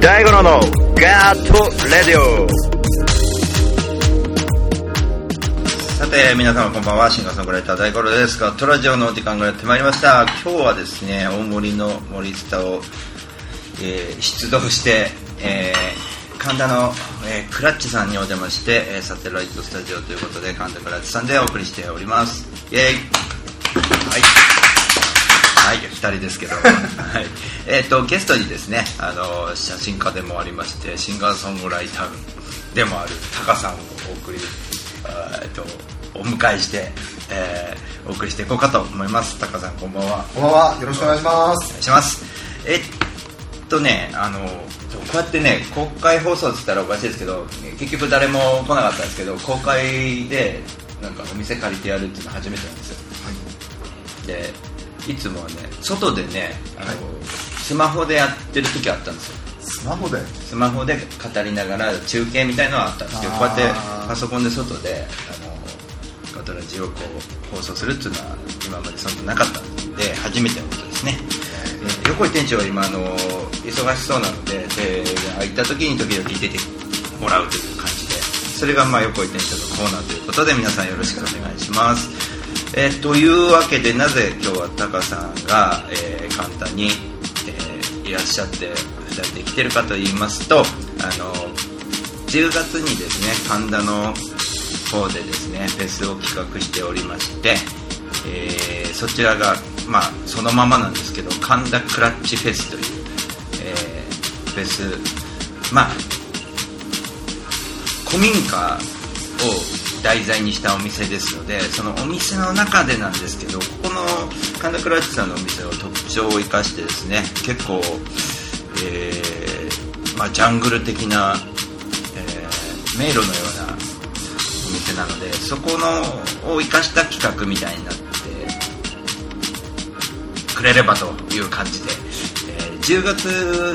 大五郎のガーットレディオさて皆様こんばんはシンガーソングライター大五郎ですがトラジオのお時間がやってまいりました今日はですね大森の森下を、えー出動して、えー神田の、えークラッチさんにお邪魔して、えーサテライトスタジオということで神田クラッチさんでお送りしておりますイエーイはい、はい、2人ですけど、はいえー、とゲストにですねあの写真家でもありましてシンガーソングライターでもあるタカさんをお送りあーえっとお迎えして、えーお送りしていこうかと思いますタカさんこんばんはこんばんは、よろしくお願いしますお。願いしますえっとねあのこうやってね公開放送って言ったらおかしいですけど結局誰も来なかったんですけど公開でなんかお店借りてやるっていうの初めてなんですよ、でいつもはね外でねあの、はいスマホでやってる時あったんですよスマホで。スマホで語りながら中継みたいのはあったんですけどあこーうやってパソコンで外であのガトラジオをこう放送するっていうのは今までそんななかったんで初めてのことですね、えー横井店長は今あの忙しそうなのでで空いた時に時々出てもらうという感じでそれがまあ横井店長のコーナーということで皆さんよろしくお願いしますえーというわけでなぜ今日はタカさんが、えー簡単に、えーいらっしゃって2人で来てるかと言いますとあの10月にですね神田の方でですねフェスを企画しておりまして、えーそちらが、まあ、そのままなんですけど神田クラッチフェスという、えーフェスまあ古民家を題材にしたお店ですのでそのお店の中でなんですけどここの神田クラッチさんのお店の特徴を生かしてですね結構、えーまあ、ジャングル的な、えー迷路のようなお店なのでそこのを生かした企画みたいになってくれればという感じで、えー10月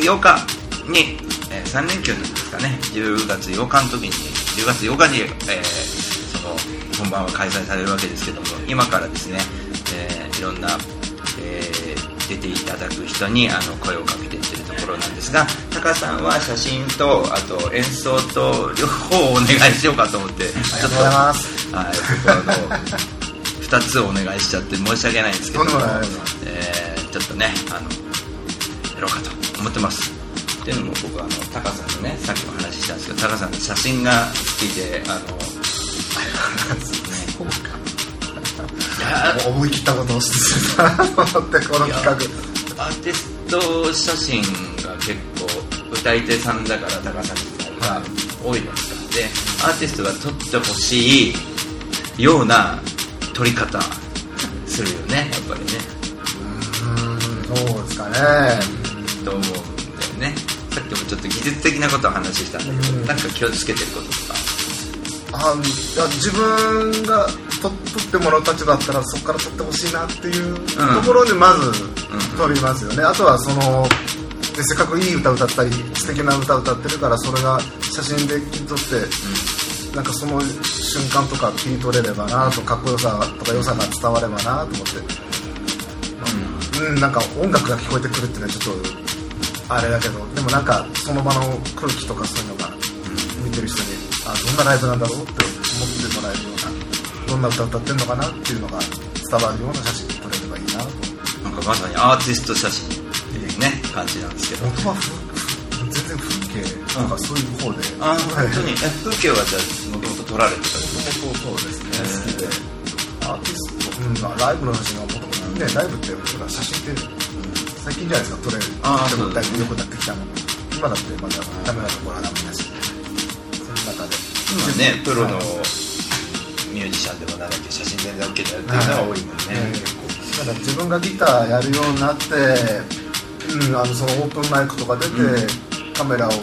8日に、え3連休の時ですかね10月8日の時に10月8日に、えーその本番は開催されるわけですけども今からですね、えーいろんな、えー出ていただく人にあの声をかけていってるところなんですがタカさんは写真とあと演奏と両方お願いしようかと思ってありがとうございます。はい、僕はあの2つお願いしちゃって申し訳ないんですけどとんでもないありがとうごえーちょっとねあのやろうかと思ってますっていうのも僕はあのタカさんのねさっきも話したんですけどタカさんの写真が好きであの思い切ったことをしてたなと思って、この企画。 アーティスト写真が結構歌い手さんだから高さんが多いのですかでアーティストが撮ってほしいような撮り方するよねやっぱりねうーん、どうですかね。と思うんだよねさっきもちょっと技術的なことを話したんだけどなんか気をつけてることとかあいや自分がと取ってもらう立場だったら、そこから取ってほしいなっていうところで、まずん取りますよね。あとは、その、でせっかくいい歌歌ったり、素敵な歌歌ってるから、それが写真で切り取って、なんかその瞬間とか切り取れればなと、かっこよさとか良さが伝わればなと思って。うん、なんか音楽が聞こえてくるっていうのはちょっとあれだけどでもなんかその場の空気とかそういうのが見てる人にあどんなライブなんだろうって思ってもらえるようなどんな歌歌ってるのかなっていうのが伝わるような写真撮れればいいなとなんかまさにアーティスト写真っていうね感じなんですけど元は風全然風景とかそういう方で、あはい 本当にえ風景はじゃあもともと撮られてたりそうそうそうですね好きでアーティスト、うんまあ、ライブの写真がもともとねライブってほら写真って、最近じゃないですか撮れるあーでもだいそうぶ良くなってきたもん今だってまだダメなところはダメだしその中で今ねプロのはミュージシャンでもなんだっけ写真全然 OK だよっていうのが多いもんね、いだから自分がギターやるようになって、うん、あのそのオープンマイクとか出て、カメラを、まあ、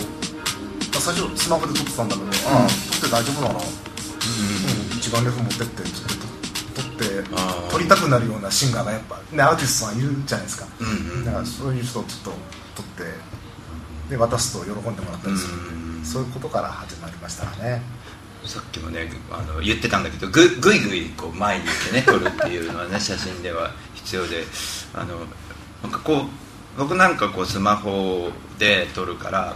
最初スマホで撮ってたんだけど、ああ撮って大丈夫なの、うん、一眼レフ持ってってちょっと撮ってああ撮りたくなるようなシンガーがやっぱ、ね、アーティストさんいるじゃないですか、うんうんだからそういう人をちょっと撮ってで渡すと喜んでもらったりするんで、そういうことから始まりましたねさっきもねあの言ってたんだけどぐぐいぐいこう前に行ってね撮るっていうのはね写真では必要であのなんかこう僕なんかこうスマホで撮るから、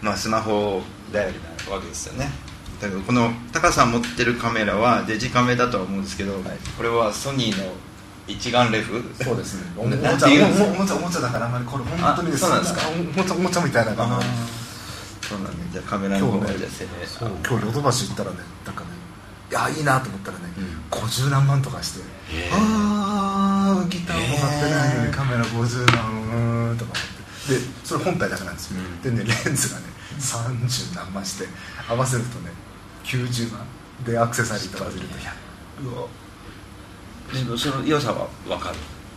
まあ、スマホ頼りなわけですよねだけどこの高さん持ってるカメラはデジカメだとは思うんですけど、これはソニーの一眼レフそうですねおもおもち ゃなおんていうんですかもおもちゃおもちゃだからあんまりこれ本当にあそうなんですかおもちゃおもちゃみたいな感あじーそうなんだ、じゃあカメラの方がじゃあ攻めそう今日ヨドバシ行ったらねなんかねいやいいなと思ったらね、うん50何万とかしてへーああギターも買ってないのへーにカメラ50万うーんとか思ってでそれ本体だけなんですよ、うでねレンズがね30何万して合わせるとね90万でアクセサリーとか入れると100うでもその良さは分か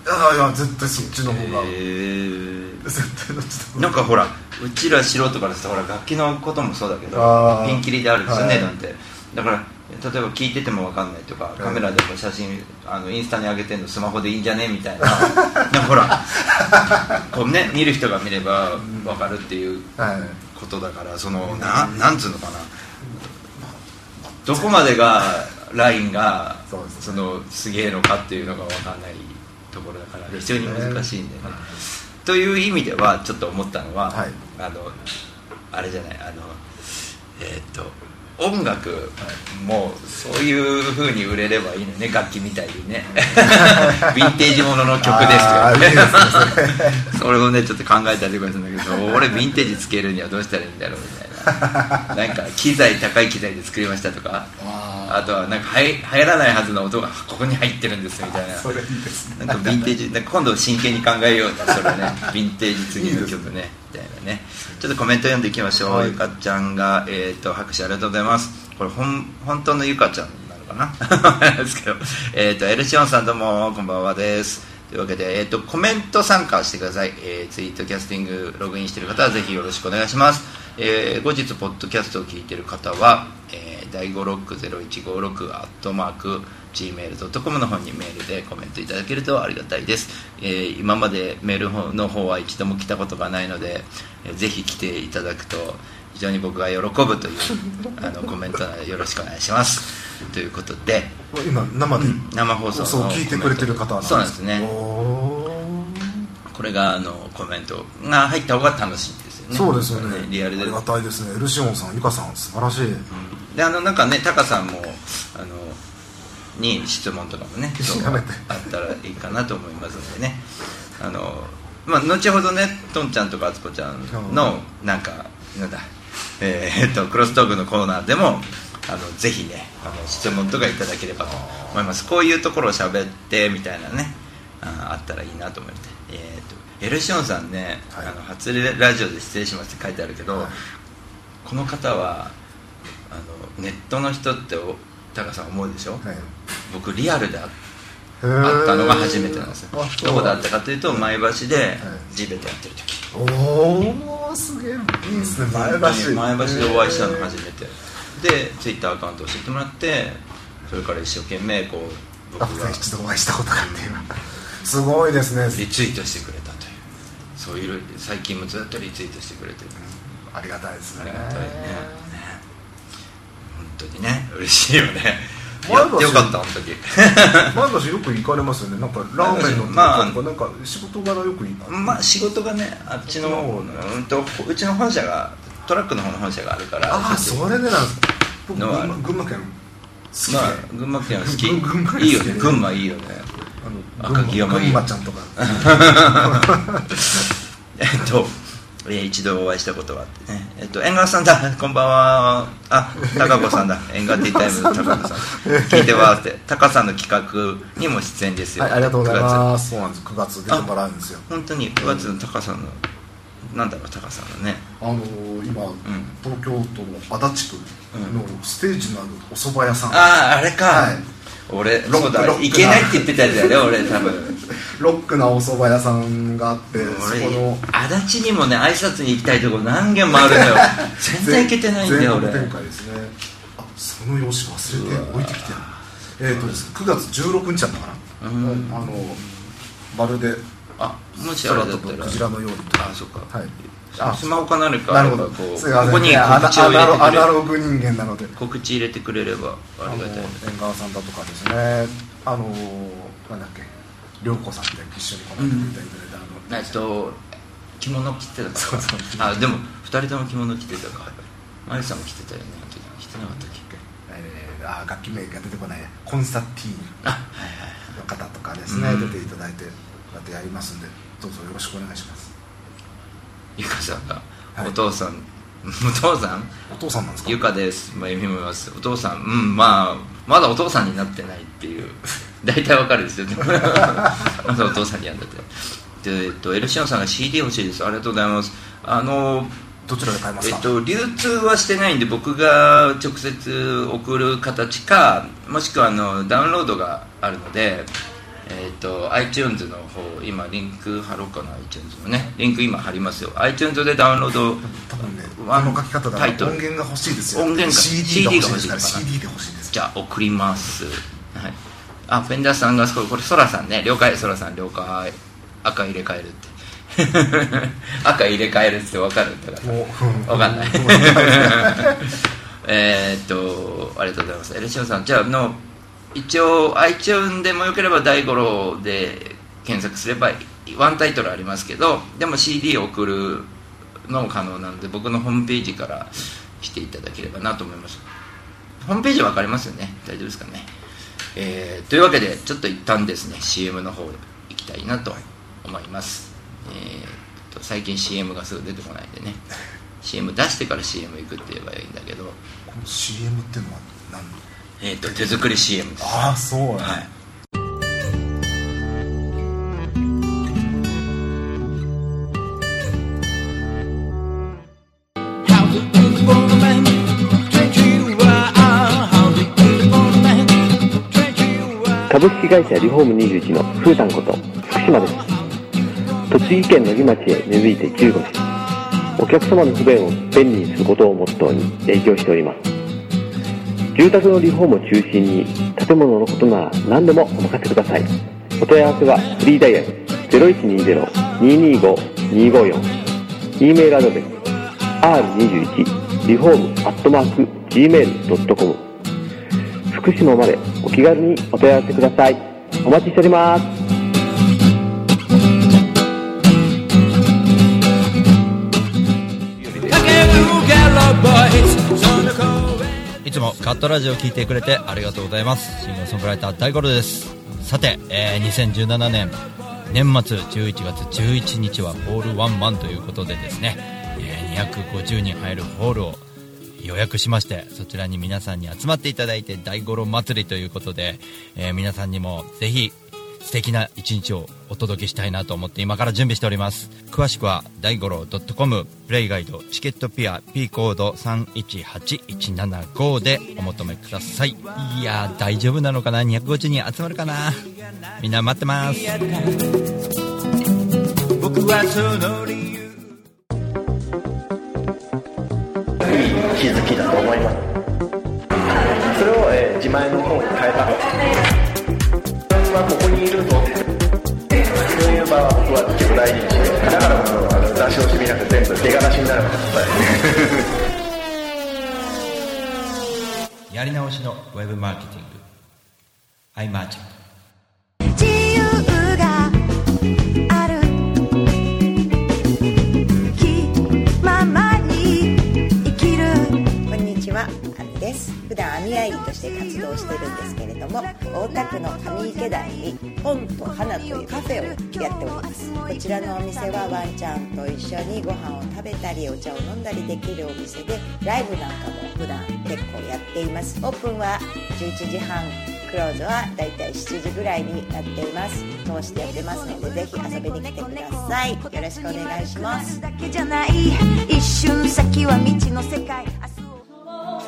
るわあいや絶対そっちの方が、へー絶対どっちだなんかほらうちら素人からするとほら楽器のこともそうだけどあーピンキリであるんですよね、はいなんてだから例えば聞いてても分かんないとかカメラでも写真あのインスタに上げてんのスマホでいいんじゃねみ たいななんかほらこうね見る人が見れば分かるっていうはいことだからそのななんつうのかなどこまでがラインがそうですねそのすげえのかっていうのが分かんないところだから非常に難しいんでね。という意味ではちょっと思ったのは、はいあのあれじゃないあのえーっと音楽もそういうふうに売れればいいのね楽器みたいに ねヴィンテージものの曲あーいいでですすよね それをねちょっと考えたりとかするんだけど俺ヴィンテージつけるにはどうしたらいいんだろうみたいななんか機材高い機材で作りましたとかああとはなんか入入らないはずの音がここに入ってるんですみたいなそれいいですなねんかヴィンテージなんか今度真剣に考えようなそ れねヴィンテージ次の曲ねみたいなねちょっとコメント読んでいきましょう、はいゆかちゃんが、えー、と拍手ありがとうございますこれ本本当のゆかちゃんなのかな ですけどえっ、とエルシオンさんどうもこんばんはですというわけで、えー、とコメント参加してください、えーツイートキャスティングログインしてる方はぜひよろしくお願いします、えー後日ポッドキャストを聞いてる方は、えー、第560156アットマーク gmail.com の方にメールでコメントいただけるとありがたいです、えー今までメールの方は一度も来たことがないので、えーぜひ来ていただくと非常に僕が喜ぶというあのコメントなのでよろしくお願いしますということで今生で、生放送のそう聞いてくれてる方はそうなんですねおこれがあのコメントが入った方が楽しいですよーねそうですよねリアルでありがたいですねエルシオンさんゆかさん素晴らしいであのなんかねタカさんもあのに質問とかも ねやめてあったらいいかなと思いますのでねあのまあ後ほどねとんちゃんとかあつこちゃんのなんかなんだえーえっとクロストークのコーナーでもあのぜひねあの質問とかいただければと思いますこういうところを喋ってみたいなねああったらいいなと思ってえーっとエルシオンさんね、はいあの初ラジオで失礼しますって書いてあるけど、はいこの方はあのネットの人っておタカさん思うでしょ、はい僕リアルで会っへー会ったのが初めてなんですよあそうどこで会ったかというと前橋でい地べたやってる時おおすげえいいですね前橋前橋でお会いしたの初てめてでツイッターアカウント教えてもらってそれから一生懸命こう僕あが一度お会いしたことがあって今すごいですねリツイートしてくれたというそういう最近もずっとリツイートしてくれてるありがたいですあねりがたいねね本当にね嬉しいよね前やっ橋てよかったあの時前橋よく行かれますよねなんかラーメンの店とか、まあなんか仕事柄よく行くまあ仕事がねあっちのうんとうちの本社がトラックの方の本社があるからああそっちそれでなんですか僕の群はある馬群馬県好きで、まあ群馬県は好き 群群馬が好きでいいよね群馬いいよね あの赤城山いい群馬ちゃんとかえっとえー一度お会いしたことがあってねえっと縁側さんだこんばんはあ高子さん だ縁側ティータイムの高子さん聞いてますって高さんの企画にも出演ですよ、はいありがとうござい9ますそうなんです9月出てもらうんですよ月本当に9月の高さんのなんだろう高さんのねあのー今、東京都の足立区のステージのあるお蕎麦屋さん、あああれか、はい俺ロックそうだロックないけないって言ってたやつだよね俺多分ロックなお蕎麦屋さんがあってそ俺この足立にもね挨拶に行きたいとこ何軒もあるん だよ全然行けてないんだよ俺全国展開ですねあその用紙忘れて置いてきてるえっ、とです9月16日だったかな、うんあのまるであもしあれ空だ飛ったぶらクジラのようにあそっかはいあスマホか何かあなれるばほこどうここすいませんにアナ告知をア入れナてロアくれナるログ人間なので告知入れてくれればあありのがたい縁側さんだとかですねあのなんだっけ涼子さんって一緒にこの間出てくれたあの、えっと着物着てたかそうそうあでも2人とも着物着てたかマリさんも着てたよね着てなかったっけえーあー楽器名が出てこないコンサティーあはいはいニの方とかですね、うん出ていただいてこうやってやりますんでどうぞよろしくお願いしますゆかさんが、はいお父さん お父さんお父さんなんですかゆかですまゆみもいますお父さんうんまあまだお父さんになってないっていう 大体わかるですよね まだお父さんにはなってないでえっとエルシオンさんが CD 欲しいですありがとうございますあのどちらで買いますえか、っと、流通はしてないんで僕が直接送る形かもしくはあのダウンロードがあるので、えっと、iTunes の方今リンク貼ろうかな iTunes のねリンク今貼りますよ iTunes でダウンロード多分ねああの書き方だタとイトル音源が欲しいですよ音源か CD が欲しいですから CD CD で欲しいですじゃあ送ります、はい、あフェンダーさんがすごいこれソラさんね了解ソラさん了解赤入れ替えるって 赤入れ替えるって分かるんだからもうわかんない もうわかんないえーっとありがとうございますエレシオンさんじゃああの一応 iTune でもよければ大五郎で検索すればワンタイトルありますけどでも CD を送るのも可能なので僕のホームページから来ていただければなと思いますホームページわかりますよね大丈夫ですかね、えーというわけでちょっと一旦ですね CM の方行きたいなと思います、えーと最近 CM がすぐ出てこないんでね CM 出してから CM 行くって言えばいいんだけどこの CM っていうのは何えっ、と手作り CM ですああそうなんだはい株式会社リフォーム21のフータンこと福島です栃木県野木町へ根付いて15年お客様の不便を便利にすることをモットーに影響しております住宅のリフォームを中心に建物のことなら何でもお任せくださいお問い合わせはフリーダイヤル0120-225-254 E メールアドレス R21 リフォームアットマーク Gmail.com 福島までお気軽にお問い合わせくださいお待ちしておりますいつもカットラジオを聞いてくれてありがとうございますシンガーソングライター大五郎ですさて、えー2017年年末11月11日はホールワンマンということでですね、えー250人入るホールを予約しましてそちらに皆さんに集まっていただいて大五郎祭りということで、えー皆さんにもぜひ素敵な一日をお届けしたいなと思って今から準備しております詳しくは大五郎 .com プレイガイドチケットピア P コード318175でお求めくださいいやー大丈夫なのかな250人集まるかなみんな待ってます気づきだと思いますそれを、えー自前の方に変えた自分はここにいるぞそういう場は僕は結構大事にしてだから僕はあの出し惜しみなく全部出がらしになるからやり直しのウェブマーケティングアイマーチャン自由がある気ままに生きるこんにちは、アミです。普段アミアイリとして活動してるんですけれども、大田区の上池台にポンと花というカフェをやっております。こちらのお店はワンちゃんと一緒にご飯を食べたりお茶を飲んだりできるお店で、ライブなんかも普段結構やっています。オープンは11時半。クローズはだいたい7時ぐらいになっています。通してやってますので、ぜひ遊びに来てください。よろしくお願いします。だけじゃない一瞬先は未知の世界明日を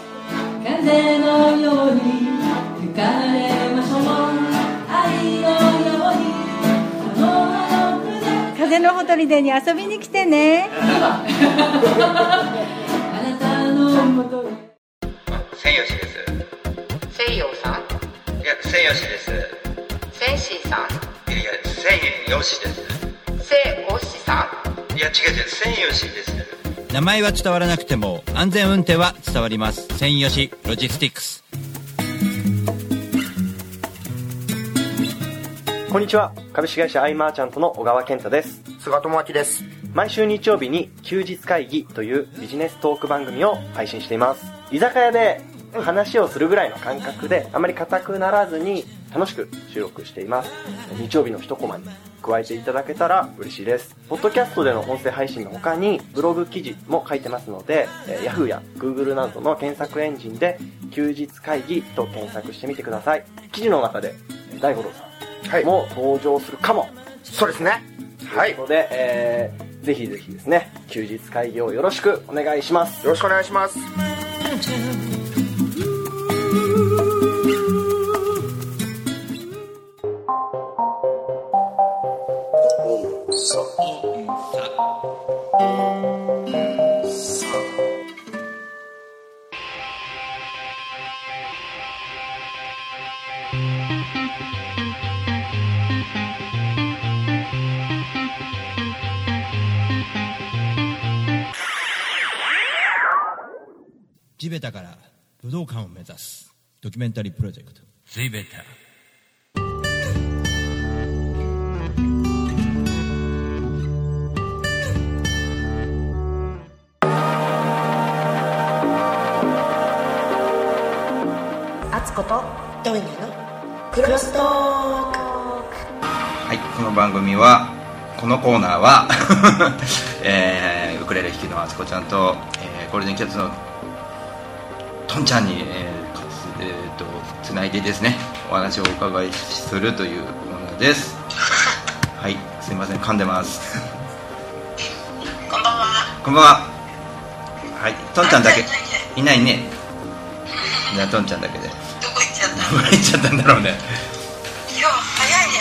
風のように吹かれましょう愛のようにあの風のほとりでに遊びに来てねあなたのもとに西洋史です西洋さんいや西洋史ですセンシーさん、いや西洋史ですセイオッシさん、いいや違う違う専用紙です名前は伝わらなくても安全運転は伝わります専用紙ロジスティックスこんにちは株式会社アイマーチャントの小川健太です菅智明です毎週日曜日に休日会議というビジネストーク番組を配信しています居酒屋で話をするぐらいの感覚であまり硬くならずに楽しく収録しています日曜日の一コマに加えていただけたら嬉しいですポッドキャストでの音声配信の他にブログ記事も書いてますので、えー Yahoo や Google などの検索エンジンで休日会議と検索してみてください記事の中でえー大五郎さんも登場するかも、そうですねはいということで、えーぜひぜひですね休日会議をよろしくお願いしますよろしくお願いします地べたから武道館を目指すドキュメンタリープロジェクト地べたあつことドイニのクロストークはい、この番組はこのコーナーは、 えーウクレレ弾きのあつこちゃんと、えーゴールデンキャッツのとんちゃんに、えーかつえーとつないでですねお話をお伺いするというコーナーですはいすいません噛んでますこんばんははいとんちゃんだけいないねじゃあとんちゃんだけでどこ行っちゃったどこ行っちゃったんだろうね今日早いね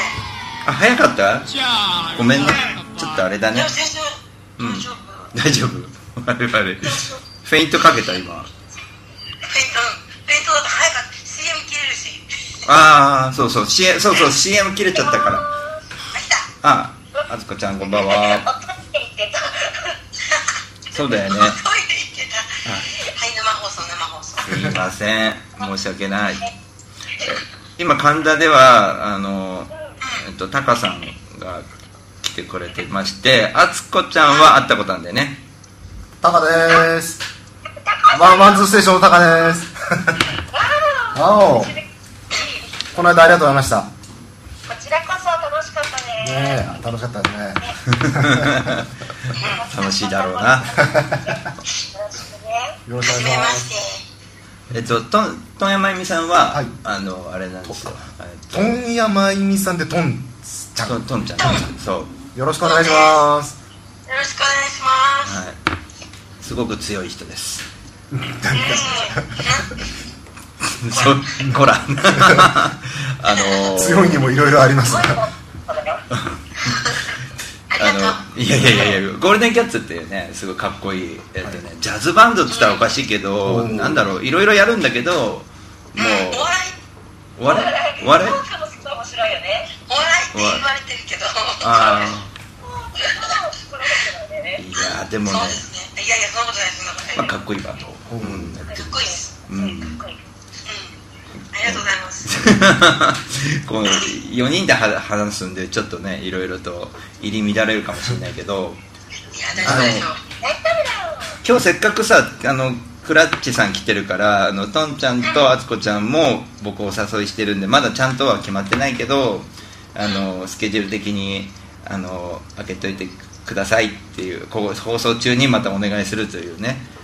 あ早かったごめんねちょっとあれだねうん大丈夫 あれあれフェイントかけた今冷凍だと早かった CM 切れるしああそうそう CM そうそう CM 切れちゃったからあああずこちゃんこんばんはそうだよねはい生放送生放送すいません申し訳ないえ今神田ではあのえっとタカさんが来てくれてましてあつこちゃんは会ったことあるんだよねタカですワンワンズステーションのタカですわおこの間ありがとうございましたこちらこそ楽しかったねねえ楽しかったですね楽しいだろう なよろしくお願いしますえっととん遠山由美さんは、あのあれなんですよとんやまゆみさんでとんちゃんとんちゃんそうよろしくお願いしますよろしくお願いしますはいすごく強い人ですそこら あのー強いにもいろいろありますがあのいやいやいやいやゴールデンキャッツっていうねすごいかっこいい、えっとね、ジャズバンドって言ったらおかしいけど、なんだろういろいろやるんだけどもう、われおわれ笑いかもすごい面白いよねお笑いって言われてるけどあいやーいやーでもね、いやいやそんなことないですそんなことないまあ、かっこいいバンド、うん、やってるかっこいいですうんかっこいいうんありがとうございます この4人では話すんでちょっとねいろいろと入り乱れるかもしれないけどあの今日せっかくさあのクラッチさん来てるからあのトンちゃんとあつこちゃんも僕お誘いしてるんでまだちゃんとは決まってないけどあのスケジュール的にあの開けといてくださいっていうこう放送中にまたお願いするというね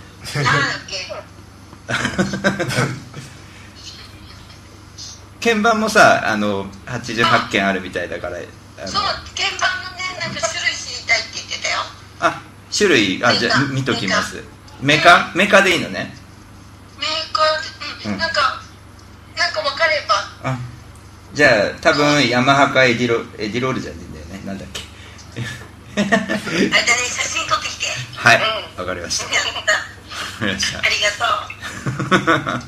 鍵盤もさあの88件あるみたいだからあのそう鍵盤のねなんか種類知りたいって言ってたよあ種類あじゃあ見ときますメカメカでいいのねメーカーでううんんなんかなんか分かればあじゃあ多分ヤマハかエディロエディロールじゃねえんだよねなんだっけあれだね写真撮ってきて はいうんわかりましたわやったかりましたありがと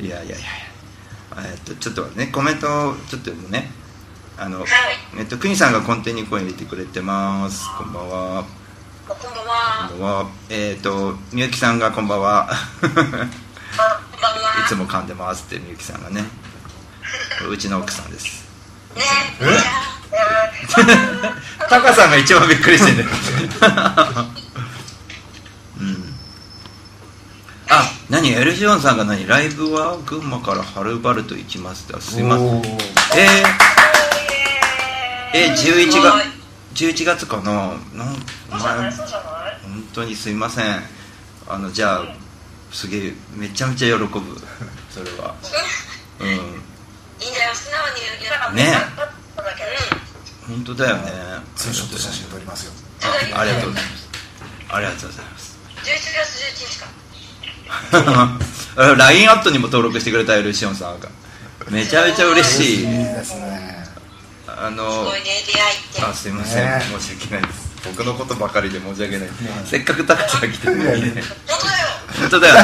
いやいやいやえっとちょっとねコメントをちょっと読むねあの、えっと、くにさんが根底に声を入れてくれてます。こんばんは。こんばんは。えっ、と、みゆきさんがこんばんは。 いつも噛んでますって、みゆきさんがね。うちの奥さんです。えタカさんが一番びっくりしてる。うん。あ、何、エルシオンさんが何、ライブは群馬からはるばると行きますって、あすいません。えーえー、11月11月かななん前本当にすいませんあのじゃあすげえめちゃめちゃ喜ぶそれ はうんいいんだよ素直に言うからねそうだけど本当だよねツーショット写真撮りますよあありがとうございますありがとうございます11月11日か あ LINE アットにも登録してくれたエルシオンさんがめちゃめちゃ嬉しいですねあのすごいね出会いってあすいません、ね申し訳ないです僕のことばかりで申し訳ない、せっかくタカさん来てるのにね本当だよ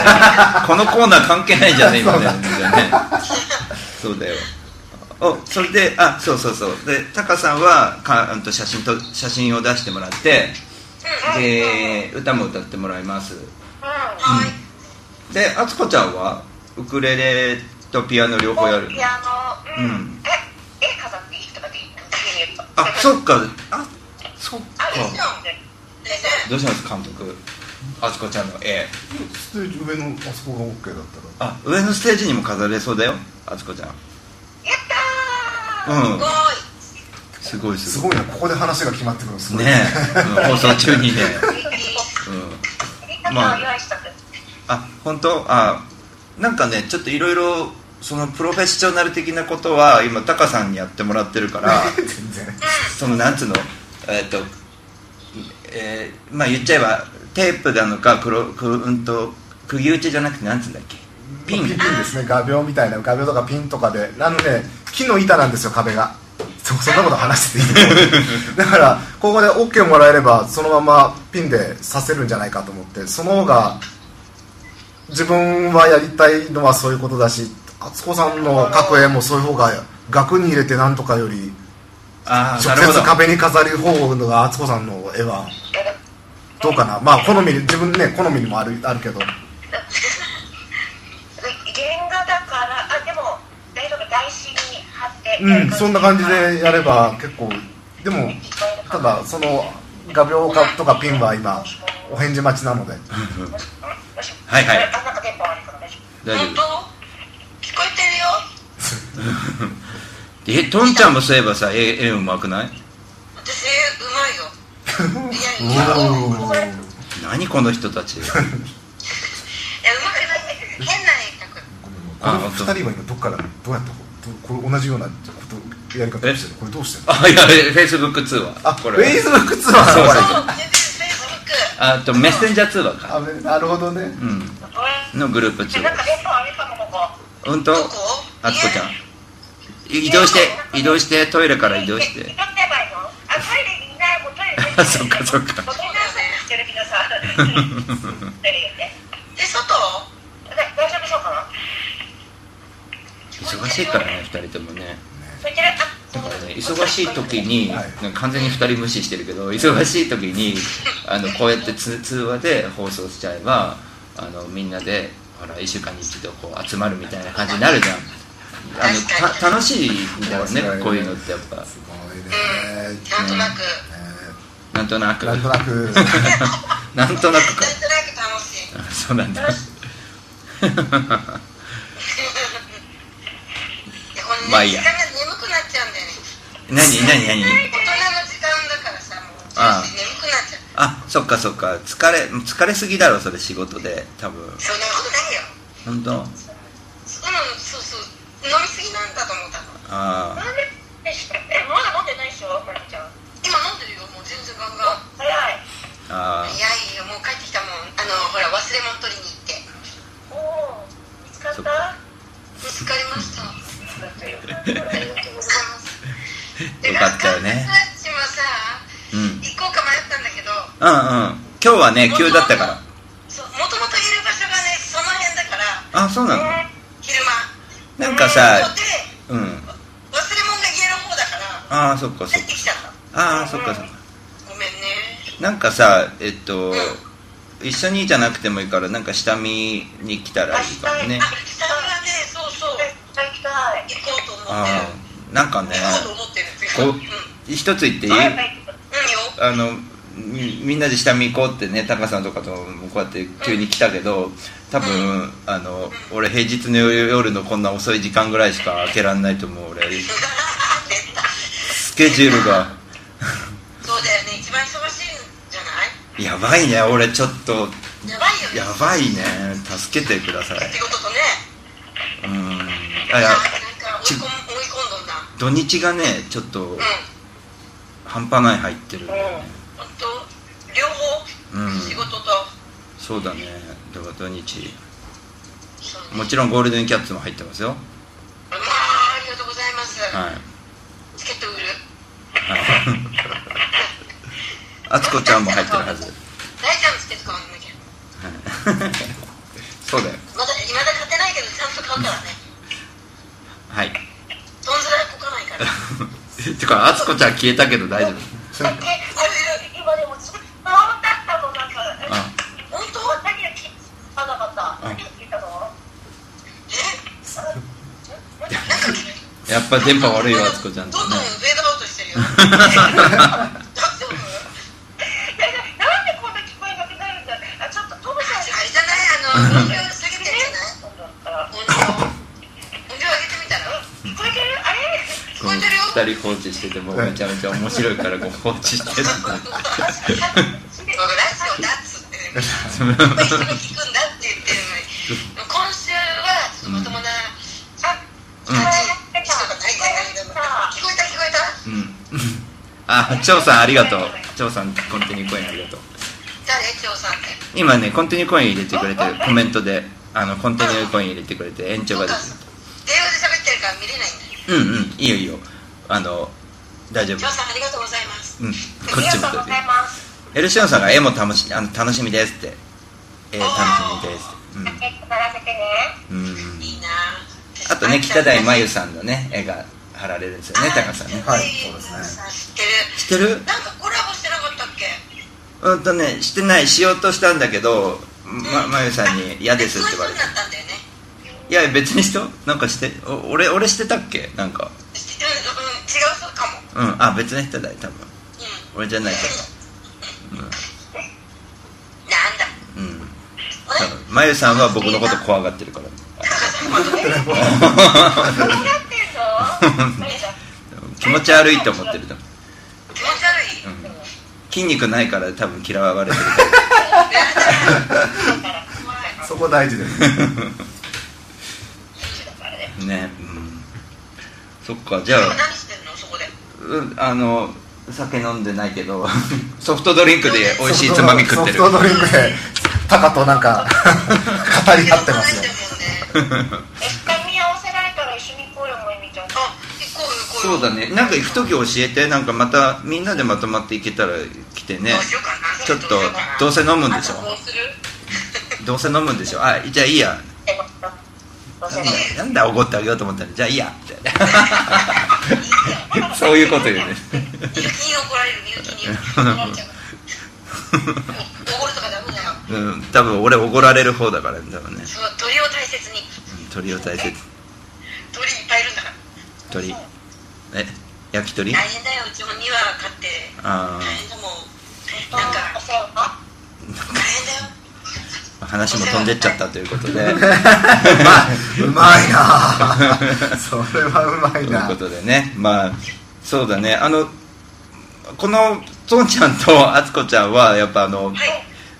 このコーナー関係ないじゃんね今ねそうだよおそれであそうそうそうでタカさんはかうんと写真と写真を出してもらってで歌も歌ってもらいます、うん、であつこちゃんはウクレレとピアノ両方やるのピアノううんんええ飾っていいとかでいいあそっかあそっかあれしようねどうします監督あつこちゃんの絵ステージ上のあそこが OK だったらあ上のステージにも飾れそうだよあつこちゃんやったうんすごいすすごいねここで話が決まってくるんですねえ、うん放送中にね、うん、まああ本当あなんかねちょっといろいろそのプロフェッショナル的なことは今タカさんにやってもらってるから そのなんつうのえっとえーまあ言っちゃえばテープなのか黒くうんと釘打ちじゃなくてなんつうんだっけピンピンですね画鋲みたいな画鋲とかピンとかであのね木の板なんですよ壁がそうそんなこと話してていいの だからここで OK もらえればそのままピンで刺せるんじゃないかと思ってその方が自分はやりたいのはそういうことだし敦子さんの格絵もそういう方が額に入れてなんとかよりあ直ーなるほど接壁に飾る方が敦子さんの絵はどうかなまあ好みに自分ね好みにもあるあるけど原画だからあでも大丈夫台紙に貼ってうん、そんな感じでやれば結構でもただその画鋲かとかピンは今お返事待ちなのではいはい大丈夫聞こえてるよえトンちゃんもそういえばさ絵絵うまくない私うまいよ何この人たち いやうまくない変な絵描くこの2人は今どっからどうやったここれ同じようなことやり方してるこれどうしてるあいやフェイスブック通話あこれ Facebook 通話そうそうこあとメッセンジャー通話かあめなるほどねうんのグループ通話本当あつこちゃんい移動して移動してトイレから移動してあそっかそっかで外ね大丈夫そうかな忙しいからね2人ともねそれからあだからね忙しい時になんか完全に2人無視してるけど忙しい時にあのこうやってつ通話で放送しちゃえばあのみんなでほら1週間に一度こう集まるみたいな感じになるじゃんあのた楽しいんだよねこういうのってやっぱすごいねなんとなくなんとなくなんとな くなんとなくかなんとなく楽しいあそうなんだ でこのねまあいいや時間が眠くなっちゃうんだよね何何何大人の時間だからさもうあ眠くなっちゃうああそっかそっか疲れ疲れすぎだろそれ仕事で多分そんなことないよ本当うんそうそう飲みすぎなんだと思ったのあなんでえまだ飲んでないでしょまりちゃん今飲んでるよもう全然ガンガン早いああ早いよもう帰ってきたもんあのほら忘れ物取りに行っておお見つかった見つかり ましたありがとうございますよかったよね私もさうんうんうん行こうか迷ったんだけど今日はね急だったからそうもともといる場所がねその辺だからあそうなの昼間なんかさでうん忘れ物が家の方だからあああそっかそっか来たのああそっかそっかごめんねなんかさえっと、一緒にじゃなくてもいいからなんか下見に来たらいいかもねそれはねそうそう行きたい行こうと思ってああなんかねこう一つ言っていいあのみみんなで下見行こうってねタカさんとかともこうやって急に来たけど多分あの俺平日の夜夜のこんな遅い時間ぐらいしか開けられないと思う俺スケジュールがそうだよね一番忙しいんじゃないやばいね俺ちょっとやばいよねやばいね助けてください仕事とねうんあいやなんか追い込む追い込んどんな土日がねちょっと半端ない入ってる本当両方うん仕事とそうだねだから土日もちろんゴールデンキャッツも入ってますよまあありがとうございますはいチケット売るはいあつこちゃんも入ってるはずはい大ちゃんのチケット買わなきゃそうだよまだ未だ買ってないけどちゃんと買うからねはいどんずらこかないからてかあつこちゃん消えたけど大丈夫えあれ今でもずっとあったのなんかあ本当だけ聞かなかった何聞いたのやっぱ電波悪いよあつこちゃんだねフェードアウトしてるよなんでこんな聞こえなくなるんだあちょっとトムさんあれじゃないあの音量下げてんじゃない音量音量上げてみたら聞こえてるあれ聞ここのえてるよ二人放置しててもうめちゃめちゃ面白いからこう放置してるんだって僕ラジオだっつってね聞くんだって言ってるのに今週はその友達あうん大ちゃんとか大ちゃんが聞こえた聞こえたうんあ張さんありがとう張さんコンティニューコインありがとう誰長さんって今ねコンティニューコイン入れてくれてコメントであのコンティニューコイン入れてくれて延長が出て電話で喋ってるから見れないんるうだんうんいいよいいよあの大丈夫長さんありがとうございますうんこっちも大丈夫ますエルシオンさんが絵も楽しあの楽しみですって絵楽しみですって結構らせてねうん、うん、いいなあとね北台真由さんのね絵が貼られるんですよね高さんねはいそうですね知ってる知ってるなんかコラボしてなかったっけうんとねしてないしようとしたんだけどままゆさんに「嫌です」って言われていや別に人なんかしてお俺俺してたっけなんかうん違うそうかもうんあ別の人だよ多分、俺じゃないかうんなんだうん多分まゆさんは僕のこと怖がってるから 気持ち悪いって思ってると思う気持ち悪い筋肉ないから多分嫌われてるそこ大事ですねうんそっかじゃあ何してんのそこでうんあの酒飲んでないけど ソフトドリンクで美味しいつまみ食ってるソフトドリンクでタカとなんか語り合ってますよ見合わせないから一緒に行こうよもえみちゃんあ行こうよそうだねなんか行く時教えてなんかまたみんなでまとまっていけたら来てねちょっとどうせ飲むんでしょどうするどうせ飲むんでしょあじゃあいいやなんだ怒ってあげようと思ったらじゃあいいやって そういうこと言うねみゆきに怒られるみゆきに怒るとかダメだようん多分俺怒られる方だからね多分ねそう鳥を大切に鳥を大切鳥いっぱいいるんだから鳥え焼き鳥大変だようちも2羽飼ってあ大変だもんなんか大変だよあ話も飛んでっちゃったということでううまいな それはうまいなということでねまあそうだねあのこのとんちゃんとあつこちゃんはやっぱあの、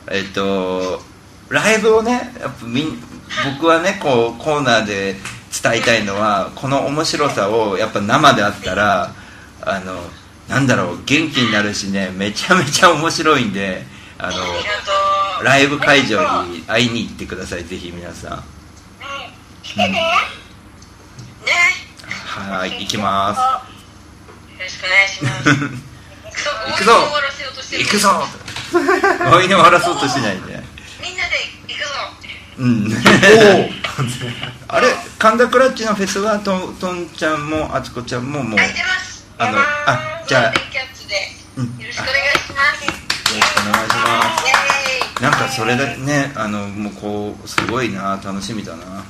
えっとライブをねやっぱみん僕はねこうコーナーで伝えたいのはこの面白さをやっぱ生であったらあのなんだろう元気になるしねめちゃめちゃ面白いんであのライブ会場に会いに行ってくださいぜひ皆さん来てねねはい行きますよろしくお願いします行くぞ終わらせようとしてる行くぞおいに終わらそうとしないでみんなで行くぞうん あれ神田クラッチのフェスはととんちゃんもあつこちゃんももう出ますあのあじゃあよキャッツでうんよろしくお願いします。ろしくお願いしますイエーイなんかそれだけねあのもうこうすごいな楽しみだな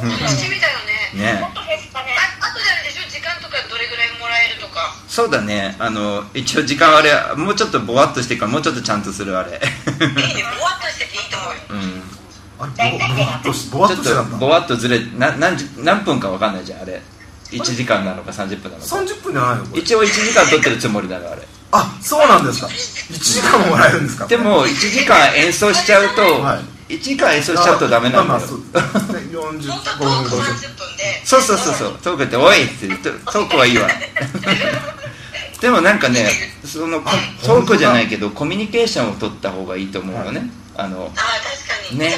楽しみだよね。ねもっとフェスだね。あ、あとであれでしょ時間とかどれぐらいもらえるとか。そうだねあの一応時間あれもうちょっとぼわっとしてからもうちょっとちゃんとするあれいいね。ぼわっとしてていいと思うよ。うんぼわっとしてたんだちょっぼわっとずれな何時何分かわかんないじゃんあれ1時間なのか30分なのか30分じゃないの一応1時間取ってるつもりだがあれあそうなんですか1時間ももらえるんですかでも1時間演奏しちゃうと、1時間演奏しちゃうとダメなんだよ、 45分50分そうそうそうそうトークって「おい!」って言ってトークはいいわでもなんかねそのこトークじゃないけどコミュニケーションを取った方がいいと思うよね、あのね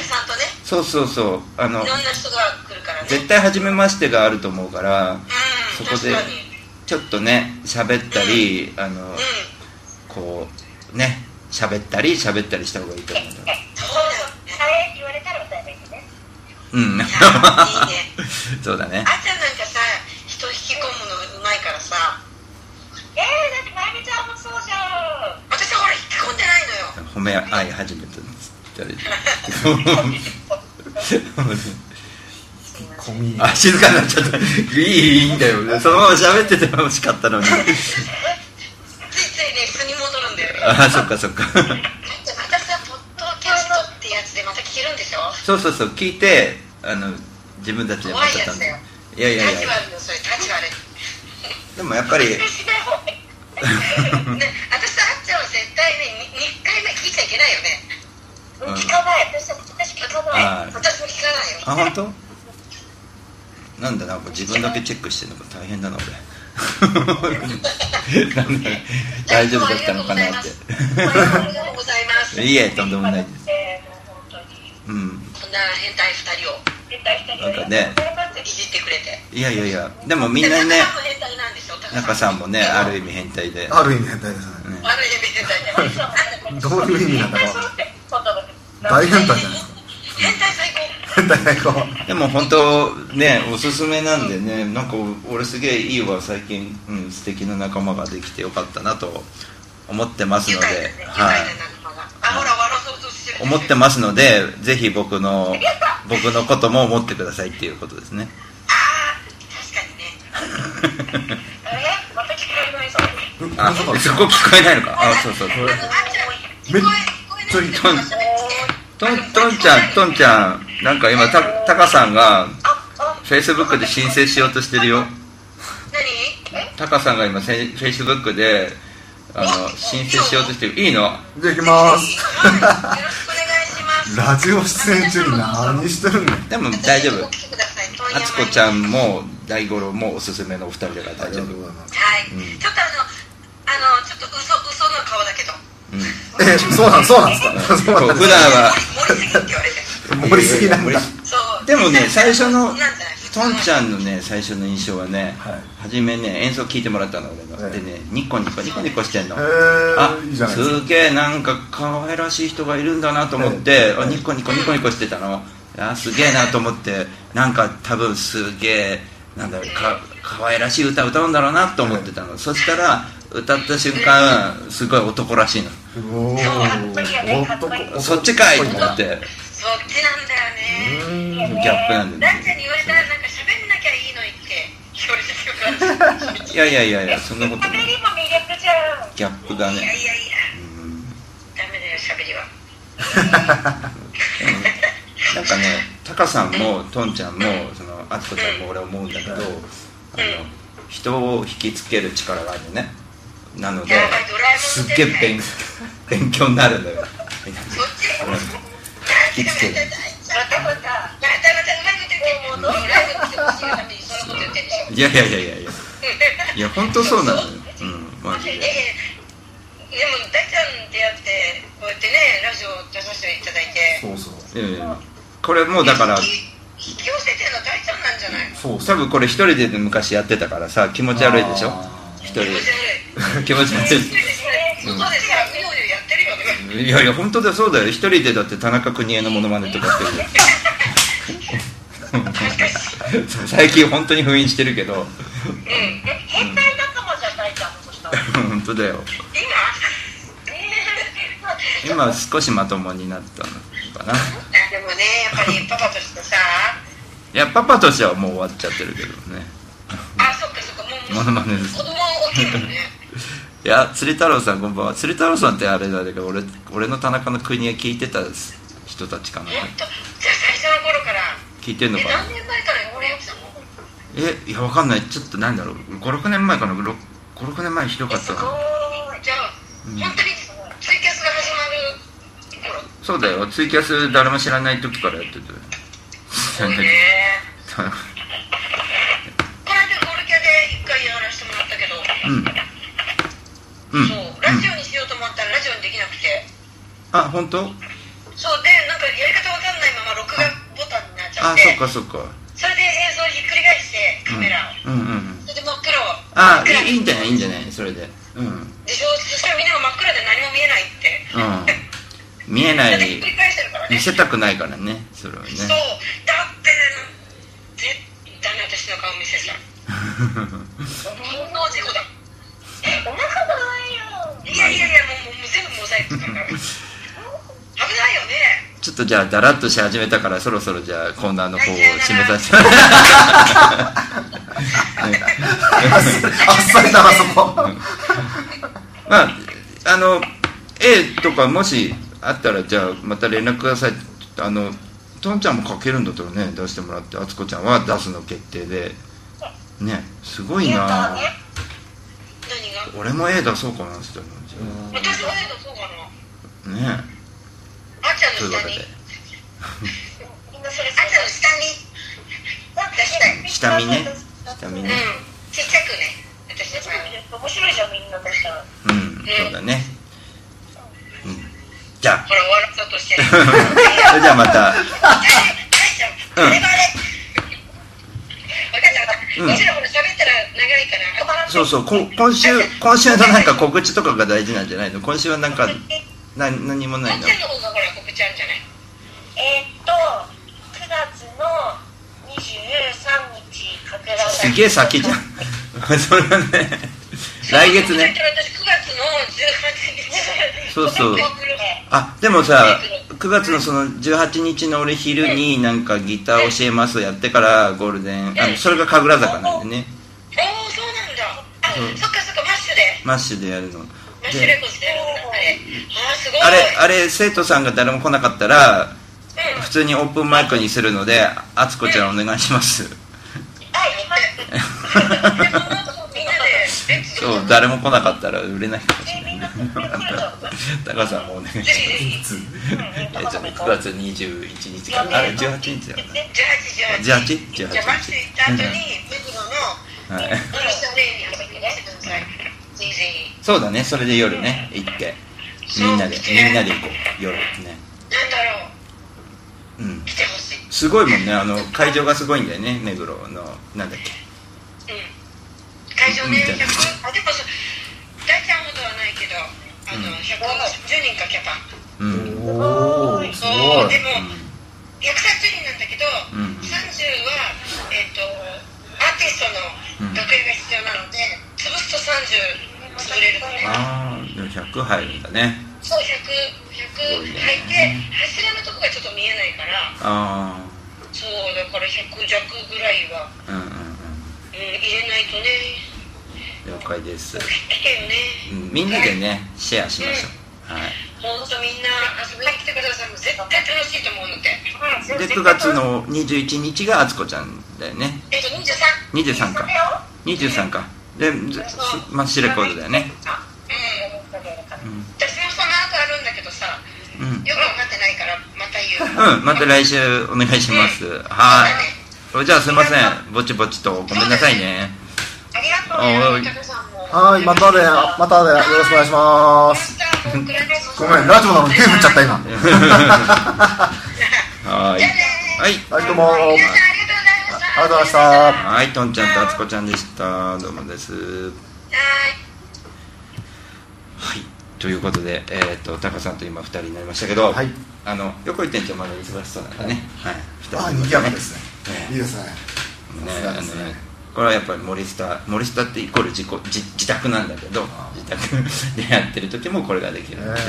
そうそうそうあのいろんな人が来るからね。絶対初めましてがあると思うから、そこで確かにちょっとね喋ったり、あの、こうね喋ったり喋ったりした方がいいと思うそうだよ。あれ言われたら歌えばいいね。うん そうだあねちゃんなんかさ、人引き込むのうまいからさ。えー、だってまゆみちゃんもそうじゃん。私はほら引き込んでないのよ。褒め合い始めたんです誰 でコミあ静かになっちゃったいいいいんだよそのまま喋ってて欲しかったのについついね、素に戻るんだよね。あそっかそっかまたさ、ポッドキャストってやつでまた聞けるんでしょそうそうそう聞いてあの自分たちで怖まいたや楽つしだよ。いやいやい立ちや悪いよ、それ、立ち 悪い。でもやっぱりしない方がいい。ね、私とあっちゃんは絶対ね、に二回目聞いちゃいけないよね。うん聞かない。私は私聞かあない。ー私も聞かないよ。あ本当なんだなんか自分だけチェックしてるのが大変だな 俺なんだ大丈夫だったのかなってありがとうございます。いいえとんでもないですえうんーこんな変態二人を。変態二人をなんかねいじってくれて。いやいやいやでもみんなね高さんも変態なんでしょ。高中さんもねある意味変態である意味変態ですね悪い意味変態じゃない。ねどういう意味なんだろう大大変変態態じゃない変態最高。ですか変態でも本当ねおすすめなんでねなんか俺すげえいいわ最近、うん、素敵な仲間ができてよかったなと思ってますので、はい、思ってますのでぜひ僕の僕のことも思ってくださいっていうことですね あそこ聞こえないのかあそうそうそうめっちゃいいトントントンちゃんトンちゃんなんか今たタカさんがフェイスブックで申請しようとしてるよタカさんが今フェイスブックであの申請しようとしてるいいのじゃあ行き ますラジオ出演中に何してるんだよでも大丈夫あつこちゃんも大五郎もおすすめのお二人だから大丈夫うんちょっとあの、あの、ちょっと嘘、嘘の顔だけど。えそうなんそうなん ですかうんそうなん普段は盛りすぎなんだ でもね最初のとんちゃんのね最初の印象はね、初めね演奏聞いてもらったの俺の、でねニコニコニコニコしてんの、あいいじゃないですかすげえなんか可愛らしい人がいるんだなと思って、あニコニコニコニコしてたのあすげえなと思ってなんか多分すげえなんだろうか可愛らしい歌歌うんだろうなと思ってたの、そしたら歌った瞬間すごい男らしいのお男そっちかいと思ってそっちなんだギよね。ャップなんだよねなんちゃんに言われたら、なんか喋んなきゃいいのにって言われてるから。いやいやいやいやそんなことないりも魅力じゃん。ギャップがねいやいやいや。ダメだよ、喋りは。なんかね、タカさんもトンちゃんもそのアツコちゃんも俺思うんだけど、あの人を引きつける力があるのね。なので、すっげえ勉勉強になるのよ。うん引きつける。いやいやいやいやいや。いや本当そうなのよ。うん、マジで。。でも、だちゃん出会って、こうやってね、ラジオ出させていただいて、そうそういやいや。これもうだから。引き寄せてるの大ちゃんなんじゃない多分これ一人で昔やってたからさ気持ち悪いでしょ一人で 気持ち悪い外でさ、うようよやってるよね。いやいや本当だそうだよ一人でだって田中邦衛のモノマネとかしてるよ最近本当に封印してるけど うん、変態仲間じゃな当だよ今少しまともになったのかなでもねやっぱりパパとしてさいやパパとしてはもう終わっちゃってるけどねあそっかそっかもうモノマネです子供は大きいもんねいや釣り太郎さんこんばんは釣り太郎さんってあれだけど俺俺の田中の国へ聞いてた人たちかなえっとじゃあ最初の頃から聞いてんのえかな何年前から俺やってたのえいやわかんないちょっとなんだろう56年前かな56年前ひどかったなおーじゃあうん本当にツイキャスが始まるそうだよツイキャス誰も知らない時からやってて知らないこの間ゴルキャで一回やらせてもらったけど、うんうんそうラジオにしようと思ったらラジオにできなくてあ本当そうでなんかやり方わかんないまま録画ボタンになっちゃあっそってかそっかそれで映像をひっくり返してカメラを、うんうんうんそれで真っ黒あいいいいんじゃないいいんじゃないそれでうんうんでしょそしたらみんなが真っ暗で何も見えないって見えなだってひいっくり返してるからね見せたくないからねそれはねそうだって絶対に私の顔見せちゃう本能事故だえお腹がないよいやいやいやもうもう全部モザイクだ から危ないよねちょっとじゃあだらっとし始めたからそろそろじゃあコーナーの方を締めさせてあっさりだなそこまああの A とかもしあったらじゃあまた連絡くださいあのトンちゃんも書けるんだったらね出してもらってあつこちゃんは出すの決定でねすごいな俺も A 出そうかなって思うんですよ私はええのそうかなねあっちゃんといのうわ下けにであっちゃんの下に出した下い見ね下見うんねちっちゃくね私の下に面白いじゃんみんな出したらうんそうだねうんじゃあほら終わらそうとしてるそれじゃあまたうんうん私らほら喋ったら長いから止まらないそうそう、こ今週、今週のなんか告知とかが大事なんじゃないの今週はなんか、な何もないのあっちゃんの方がほら告知あるんじゃないえっと9月の23日かけらすげえ先じゃん。 それはね、来月ね。私9月の18日そうそうあ、でもさ、9月のその18日の俺昼になんかギター教えますやってからゴールデン、あのそれが神楽坂なんでね、おおそうなんだあうんそっかそっかマッシュでマッシュでやるの。マッシュレで、コーズでやるんだあれあーすごいあれ、あれ、生徒さんが誰も来なかったら、 普通にオープンマイクにするので、あつこちゃんお願いします。 そう、誰も来なかったら売れない かもしれないね。高橋さんもお願いします。えっとね、9月21日かな、あれ、18日だよね。18? 18? じゃあマッシュ行った後にブクロのはい。ブルース・レイに遊びに来てくださいぜひぜひそうだね、それで夜ね、行って。みんなで、みんなで行こう、夜ね。なんだろううん。すごいもんね、あの、会場がすごいんだよね、目黒の、なんだっけ。会場ねみたいな100あでもそう大ちゃんほどはないけどあの150人かキャパうん。おー、すごいでも130人なんだけどうん30はえっとアーティストの楽屋が必要なので潰すと30潰れるのねあー、でも100入るんだね。そう100 100入って柱のとこがちょっと見えないからあそうだから100弱ぐらいは、ー、うんうんうん。うん、入れないとね了解です。来てよねうんみんなでね、シェアしましょう。はい。本当みんな遊びに来てください絶対楽しいと思うので、で9月の21日があつこちゃんだよねえっと23 23か23かでずマッシュレコードだよね私もその後あるんだけどさうんうんよく分かってないからまた言うまた来週お願いしますはいそれじゃあすいませんぼちぼちとごめんなさいねありがとうはいまたでまたでよろしくお願いしますごめんラジオなのに手振っちゃった今はいはいはいどうもありがとうございましたはいとんちゃんとあつこちゃんでしたどうもですはいということでえっ、とタカさんと今2人になりましたけど、あの横井店長まだ忙しそうなんでねはい2人あ賑やかですねいいですねねあのねこれはやっぱり森下森下ってイコール自己自自宅なんだけど自宅でやってる時もこれができるので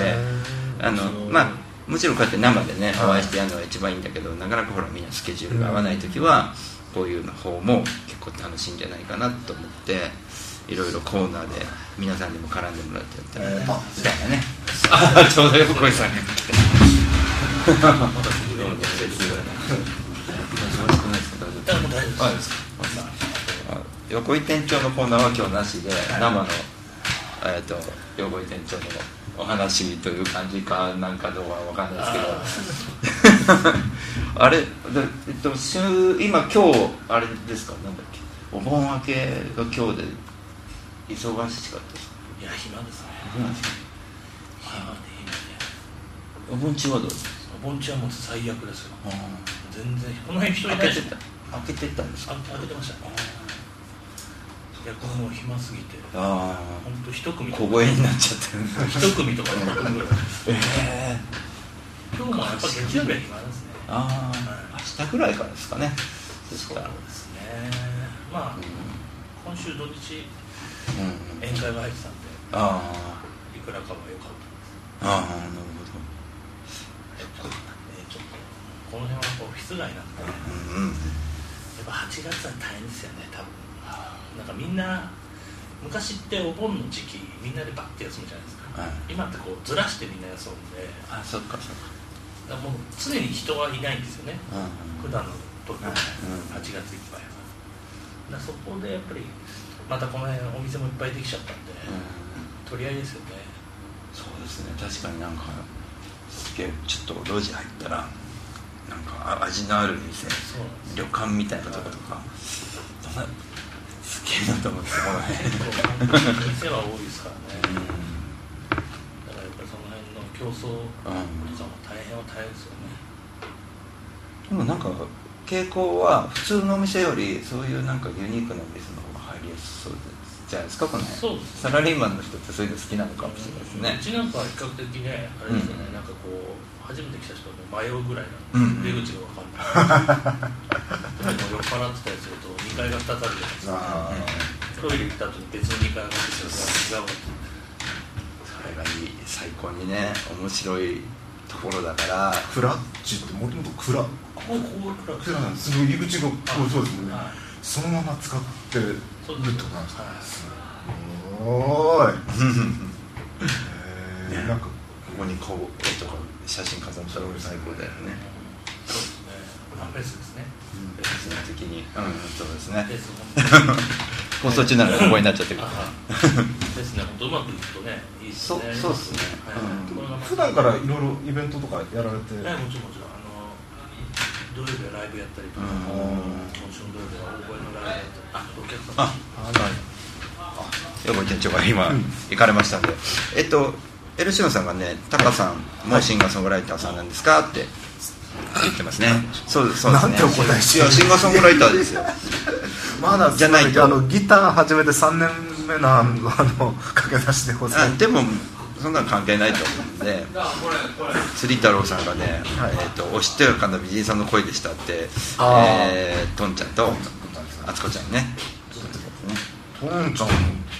あのまあもちろんこうやって生でねお会いしてやるのが一番いいんだけどなかなかほらみんなスケジュールが合わない時はこういうの方も結構楽しいんじゃないかなと思っていろいろコーナーで皆さんにも絡んでもらってやったらねみたいなねあ ちょうどよ小石さんが 来てどうもですあですかあ横井店長のコーナーは今日なしで生の、えー、と横井店長のお話という感じかなんかどうかわかんないですけど あれで、えっと、週今今日あれですかなんだっけお盆明けが今日で忙しかったですかいや暇ですね暇ですね暇で暇でお盆中はどうですかお盆中はもう最悪ですよあ全然この辺人いない開けしてた開けてたんですか開けてましたいやこの暇すぎてああ本当一組とか小声になっちゃってる一組とか六組ぐらいえ今日もやっぱ月曜日は暇ですねー、ああ明日ぐらいからですかねですからですねまあ今週土うん日宴会が入ってたんであいくらかは良かったあああなるほどえーちょっとこの辺はこう室外なんで、うんやっぱ8月は大変ですよね多分なんかみんな昔ってお盆の時期みんなでバッて休むじゃないですか、はい今ってこうずらしてみんな休んであそっかそっかだからもう常に人はいないんですよね、うん普段の時はうん8月いっぱいはだからそこでやっぱりまたこの辺お店もいっぱいできちゃったんで、取り合いですよねそうですね確かになんかすげえちょっと路地入ったらなんかあ味のある店旅館みたいなとことかどんなすげえなと思ってこの 辺結構店は多いですからね、だからやっぱりその辺の競 争とかも大変は大変ですよね、でもなんか傾向は普通のお店よりそういうなんかユニークなお店の方が入りやすそうですじゃないですかこの辺そうですサラリーマンの人ってそういうの好きなのかもしれないですねうちなんかは比較的ねあれですよね、うんなんかこう初めて来た人も迷うぐらいなうんんで、出口が分かんないでも酔っ払ってたりすると2階が2つあるじゃないですかトイレ行った後に別の2階が出てきたら違うそれがいい最高にね面白いところだからクラッチってもともとクラここここクラなんですその入り口がこうそうですもんねそのまま使ってるってことなんですかすごーい ねなんかここにこう絵とか写真飾ったら最高だよねあフェスですねフェスの時にうんそうですねフェ ス放送中ならここになっちゃってるあですねほんとうまくいくとねいいですねそうそうっすねはいこれがまた普段からいろいろイベントとかやられてね、もちろんもちろんあの土曜日はライブやったりとか、今週の土曜日は大声のライブやったりあお客様横井店長が今行かれましたんで、えっとエルシオンさんがね「タカさんもシンガーソングライターさんなんですか?」って言ってますねそうそうですねなんてお答えしてるいやシンガーソングライターですよまだじゃないとあのギター始めて3年目なの あの駆け出しでございあますでもそんなの関係ないと思うんで釣り太郎さんがね「えっとお知ってるかな美人さんの声でした」ってあーえーとんちゃんとあつこちゃんねトーンちゃんの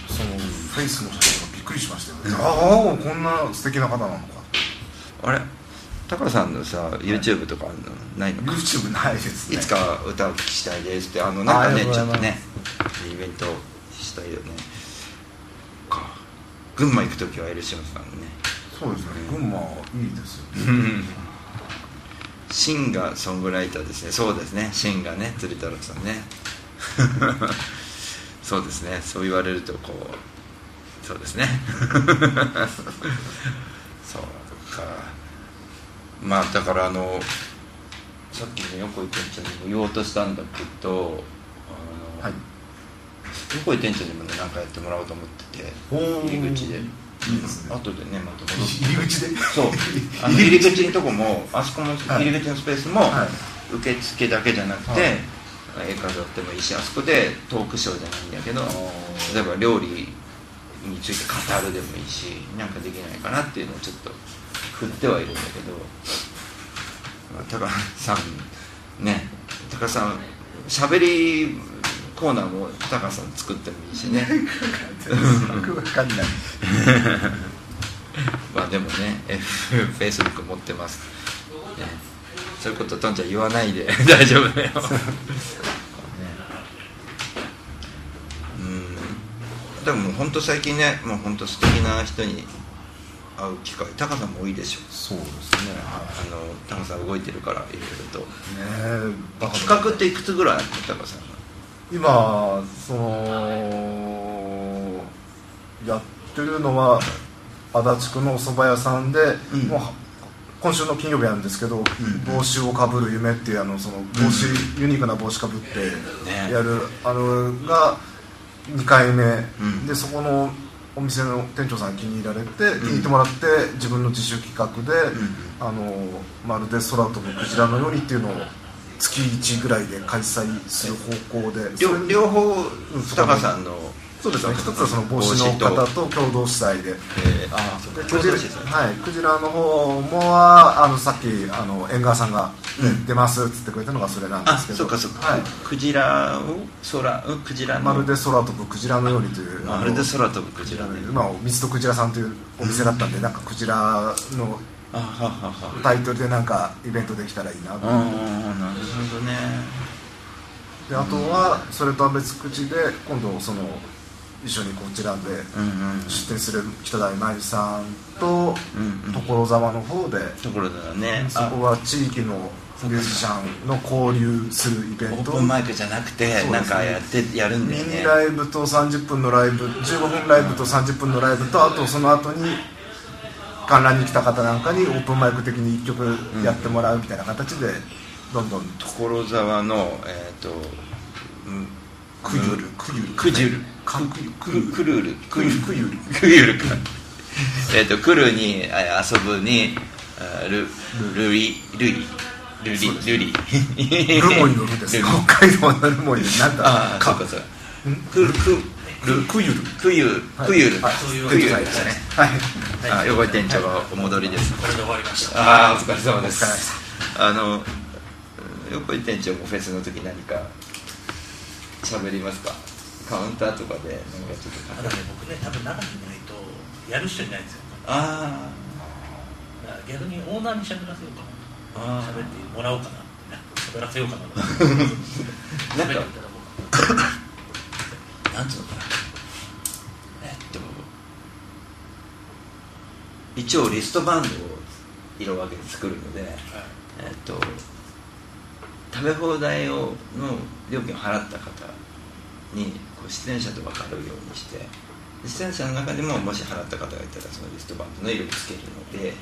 そのフェイスの写真がびっくりしましたよねああこんな素敵な方なのかあれタカさんのさ YouTube とかあるのないのか YouTube ないですいつか歌を聴きたいですってあのなんかねありがちとょっうごとざいねますイベントしたいよねか群馬行く時はエルシオンさんねそうですね群馬いいですようんシンガーソングライターですねそうですねシンガーね鶴太郎さんね そうですねそう言われるとこうそうですね そうかまあだからあのさっきね横井店長にも言おうとしたんだけどあの、横井店長にもね何かやってもらおうと思ってて入り口で。後でねまた戻って入り口でそう あの入り口のとこもあそこの入り口のスペースも、受付だけじゃなくて、はい絵飾ってもいいしあそこでトークショーじゃないんだけど例えば料理について語るでもいいしなんかできないかなっていうのをちょっと振ってはいるんだけどまあ高橋さんね高橋さん喋りコーナーも高さん作ってもいいしね全くわかんないまあでもね F フェイスブック持ってます、ねそういうこととんちゃん言わないで 大丈夫だよ、ねうんでももう本当最近ねもう本当素敵な人に会う機会高さんも多いでしょそうですねあの高さん動いてるからいろいろとえバカ企画っていくつぐらいあった高さん今そのやってるのは足立区のお蕎麦屋さんで、もうは今週の金曜日なんですけど、帽子をかぶる夢っていうあのその帽子、ユニークな帽子かぶってやる、あのが2回目、でそこのお店の店長さんに気に入られて、気に入ってもらって自分の自主企画で、あのまるで空飛ぶクジラのようにっていうのを月1ぐらいで開催する方向で両両方高さんのそうですね一つはその帽子の方と共同主催であでクジラはい、クジラの方もはあのさっきあの縁側さんが出ますっつってくれたのがそれなんですけど、そうかそうか、クジラを空うんクジラのまるで空飛ぶクジラのようにというまるで空飛ぶクジラね今水とクジラさんというお店だったんでなんかクジラのあはははタイトルでなんかイベントできたらいいなとああなるほどねであとはそれとは別口で今度その一緒にこちらで出店する北谷真由さんと所沢の方でところだねそこは地域のミュージシャンの交流するイベオンートプンマイクじゃなくて、そうですねなんかやってやるんだミよニねライブと30分のライブ15分ライブと30分のライブとあとその後に観覧に来た方なんかにオープンマイク的に1曲やってもらうみたいな形でどんどん所沢のえっ、とクユルクユルクジュルかくククルールクユルクユルクユルかえっとクルにえー遊ぶにえールルリルリルリルリルモイのルですル北海道のルモイでなんあだ あそうかそうかククルクユルクユルクユルはいクユルでしたねはいあ横井店長がお戻りですこれで終わりましたああお疲れ様でお疲れ様ですあの横井店長もフェスの時何か喋りますかカウンターとかでなんかちょたっだとね僕ね多分長くいないとやる人いないんですよあだから逆にオーナーに喋らせようかなあー喋ってもらおうかな喋らせようか ななんか喋ってもらあなんつうのかなえっと一応リストバンドを色分けで作るので、えっと食べ放題をの料金を払った方にこう出演者と分かるようにして出演者の中でももし払った方がいたらそのリストバンドの色をつけるのでえっ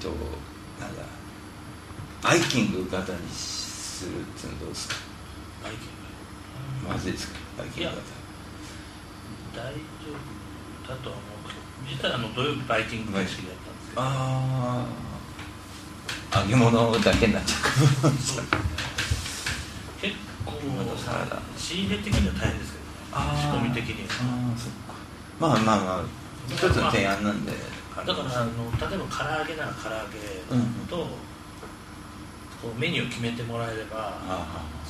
となんだアイキング型にするっていうのはどうですかアイキングまずいですかアイキング型大丈夫だとは思うけど実はあの土曜日バイキング形式だったんですけど、ああ揚げ物だけになっちゃうかもしれない結構あとさ仕入れ的には大変ですけどね仕込み的にはまあまあまあ一つの提案なんでだからあの例えば唐揚げなら唐揚げと、こうメニュー決めてもらえれば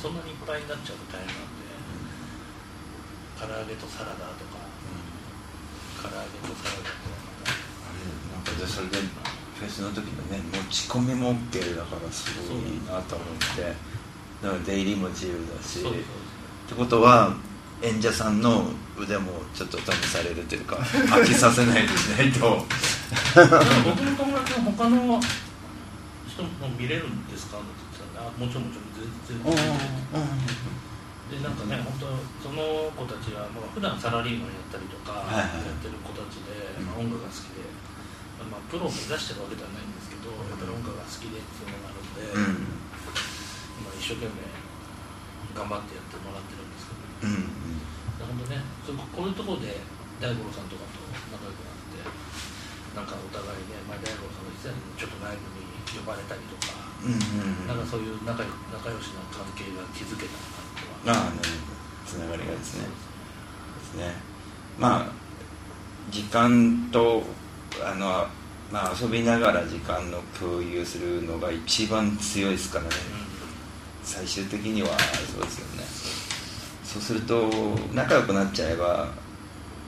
そんなにいっぱいになっちゃうと大変なんで唐揚げとサラダとか、唐揚げとサラダとかなんかじゃあそれでフェスの時のね持ち込みも OK だからすごいいいなと思ってだから出入りも自由だしそうそうってことは演者さんの腕もちょっと試されるというか飽きさせないでしないと僕の友達も他の人も見れるんですかって言ってたら、あもちろんもちろん全然でなんかね本当その子たちはもう普段サラリーマンやったりとかはいはいやってる子たちで、まあ、音楽が好きで、まあ、プロを目指してるわけではないんですけどやっぱり音楽が好きでっていうのがあるんで、うんまあ、一生懸命頑張ってやってもらってるんですけどうんなるほどねそうこういうところで大五郎さんとかと仲良くなってなんかお互いね前大五郎さんが言ってたけどちょっとライブに呼ばれたりとか、うんうんうんなんかそういう仲良仲良しな関係が築けたなとまはあねつながりがですねですねまあ時間とあのまあ遊びながら時間の共有するのが一番強いですからね、最終的にはそうですよねそうすると仲良くなっちゃえば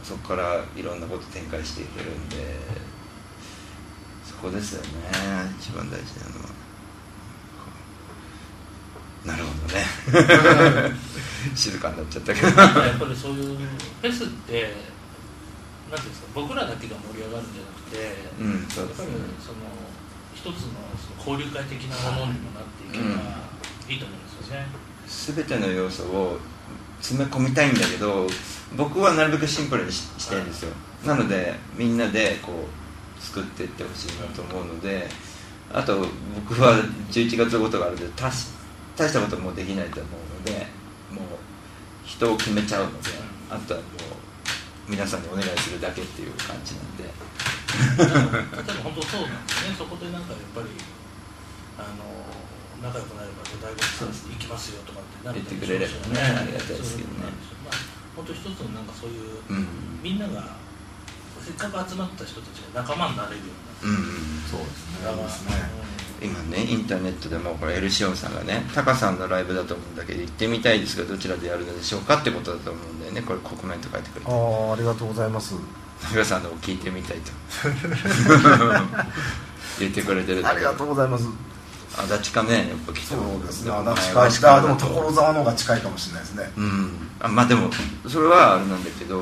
そこからいろんなこと展開していけるんでそこですよね一番大事なのはなるほどね 静かになっちゃった けどなんかやっぱりそういうフェスってなんていうんですか僕らだけが盛り上がるんじゃなくて、うんそうですねやっぱりその一つのその交流会的なものにもなっていけばいいと思うんですよね、全ての要素を詰め込みたいんだけど僕はなるべくシンプルにししたいんですよなのでみんなでこう作っていってほしいなと思うのであと僕は11月ごとがあるので大し大したこともうできないと思うのでもう人を決めちゃうのであとはもう皆さんにお願いするだけっていう感じなんで例えば本当そうなんですねそこでなんかやっぱりあの仲良くなれば大学さん行きますよとかってな言ってくりれれしばますよねありがたいですけどね本当一つのなんかそういう、うんみんながせっかく集まった人たちが仲間になれるよううんになって、そうですねそうですね今ねインターネットでもこれエルシオンさんがねタカさんのライブだと思うんだけど行ってみたいですがどちらでやるのでしょうかってことだと思うんだよねこれコメント書いてくれてああありがとうございますタカさんのを聞いてみたいと言ってくれてるありがとうございます足立かねやっぱ来たそうですねなんかしかあでも所沢の方が近いかもしれないですねうんあまあでもそれはあれなんだけど、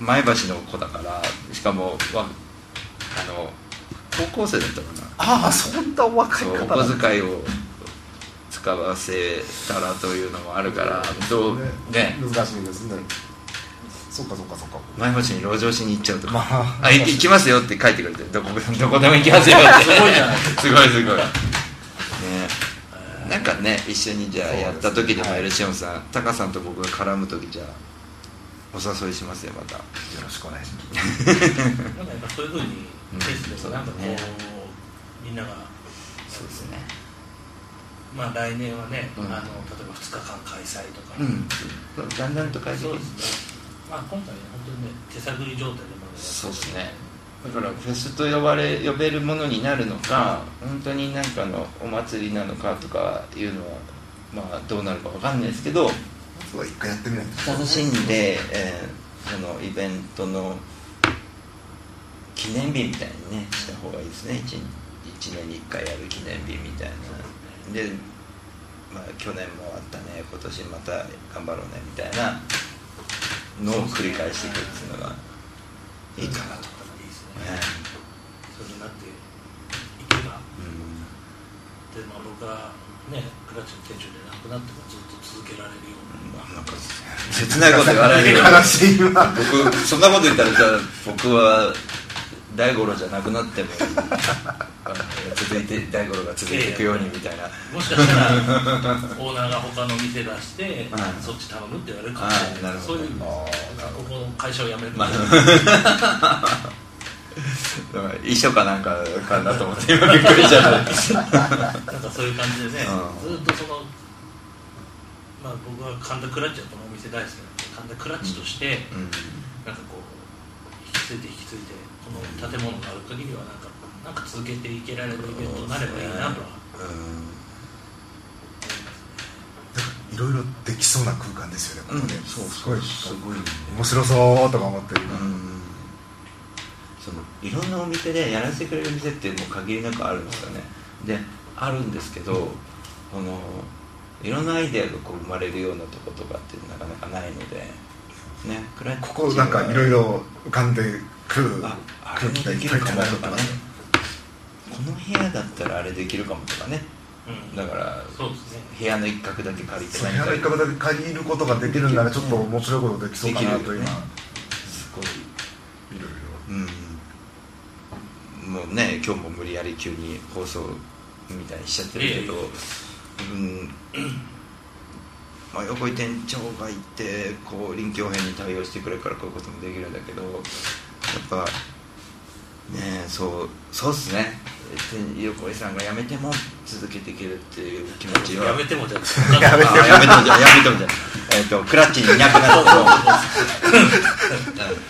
前橋の子だからしかもわあの高校生だったかなああそんなお 若いそうお方なんだ小遣いを使わせたらというのもあるからどうね難しいですねそっかそっかそっか前橋に籠城しに行っちゃうとか、まああ、い行きますよって書いてくれてどこ どこでも行きますよってすごいじゃない すごいすごいねなんかね一緒にじゃあやった時でもエルシオンさん、タカさんと僕が絡む時じゃあお誘いしますよまたよろしくお願いしますなんかやっぱそういうふうにフェスでもなんかこう、うんみんながそうですねまあ来年はね、うんあの例えば2日間開催とか、うんそうだんだんと開催そうですねまあ今回ね本当にね手探り状態でまだやってそうですねだからフェスと呼ばれ呼べるものになるのか本当になんかのお祭りなのかとかいうのはまあどうなるかわかんないですけどそう一回やってみないと楽しんで、えーそのイベントの記念日みたいにねした方がいいですね 1, 年に1回やる記念日みたいなで、まあ、去年もあったね今年また頑張ろうねみたいなのを繰り返していくっていうのがいいかなと。いいですね、ねそれになっていけば、でまあ僕はねクラッチの店長で亡くなってもずっと続けられるような、なんか切ないこと言わないでよ悲しいわ僕そんなこと言ったらじゃあ僕は大五郎じゃなくなってもあの続いて大五郎が続いていくようにみたいなもしかしたらオーナーが他の店出して、うんそっち頼むって言われるかもしれなあーないるほそうどいうこ この会社を辞めるまかあもしだから遺書かなんかかなと思って今びっくりしちゃったなんかそういう感じでね、うずっとそのまあ僕は神田クラッチはこのお店大好きなんで神田クラッチとして、なんかこう引き継いで引き継いでこの建物がある限りはなんかなんか続けていけられるイベントになればいいなとはいろいろできそうな空間ですよねここで、そうすごいすごい面白そうとか思ってるそのいろんなお店でやらせてくれる店ってもう限りなくあるんですよねであるんですけどこのいろんなアイデアがこう生まれるようなとことかってなかなかないのでねクラッチここなんかいろいろ浮かんでくるあれ空も気がいできっぱるいか漂もっとてかまねすこの部屋だったらあれできるかもとかね、だから部屋の一角だけ借りて部屋の一角だけ借りることができるならちょっと面白いことできそうかなとで今、きるよねすごいいろいうんもうね今日も無理やり急に放送みたいにしちゃってるけど、うんまあ、横井店長がいてこう臨機応変に対応してくれるからこういうこともできるんだけどやっぱねえそうそうっすねで横井さんが辞めても続けていけるっていう気持ちは辞めてもじ ゃあやめてもじゃないやめてもじゃないえっ、とクラッチにいなくなると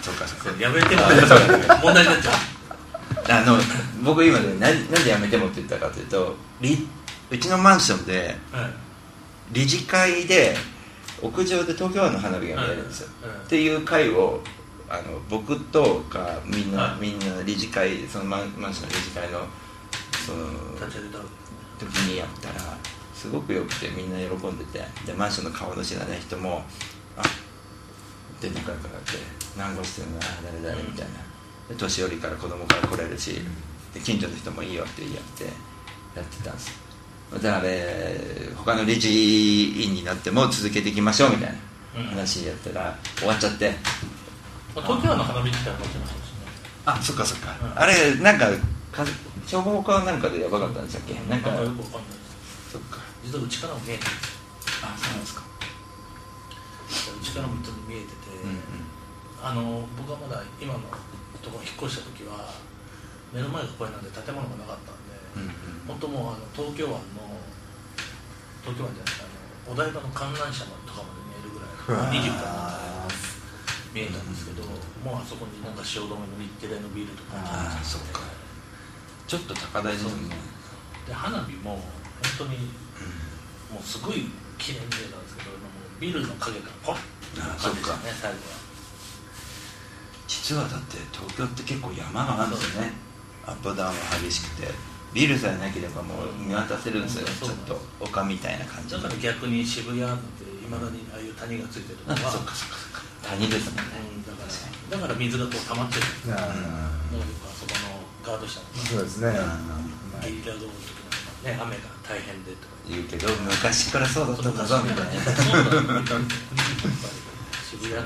そうかそうかやめてもあ そうか問題になっちゃうあの僕今ねななんでやめてもって言ったかというとりうちのマンションではい理事会で屋上で東京湾の花火が見えるんですよ、っていう会をあの僕とかみんな、みんな理事会そのマンマンションの理事会のその時にやったらすごくよくてみんな喜んでてでマンションの顔の知らない人もあで仲良くなって何号室のあ誰誰みたいなで年寄りから子供から来れるしで近所の人もいいよって言い合ってやってたんですよだからね他の理事員になっても続けていきましょうみたいな話やったら終わっちゃってまあ東京湾の花見自体はもちろんそうですねあそっかそっかあれなんかか消防かなんかでやばかったんでしたっけなんかよくわかんないそっか実はうちからも見えてるあそうなんですかうちからもちょっと見えてて、あの僕はまだ今のところに引っ越した時は目の前が公園なんで建物がなかったんで、本当もうあの東京湾の東京湾じゃないあのお台場の観覧車とかまで見えるぐらい20階まで見えたんですけど、もうあそこになんか汐留の日テレのビルとかああそっかちょっと高台ですもんねで花火も本当にもうすごい綺麗に見えたんですけどもうビルの影からポッてああ感じでしたねそ最後は。実はだって東京って結構山があるんですよねアップダウンが激しくてビルさえなければもう見渡せるんですよ、ちょっと丘みたいな感じだから逆に渋谷なんていまだにああいう谷がついてるのは、あそっか谷ですもんねうんだからだから水がこう溜まってるいやーもうよくあそこのガード下のそうですねゲリラ豪雨の時なんかね雨が大変でとか言うけど昔からそうだったんだぞみたいなそうだねやっぱり渋谷っていうね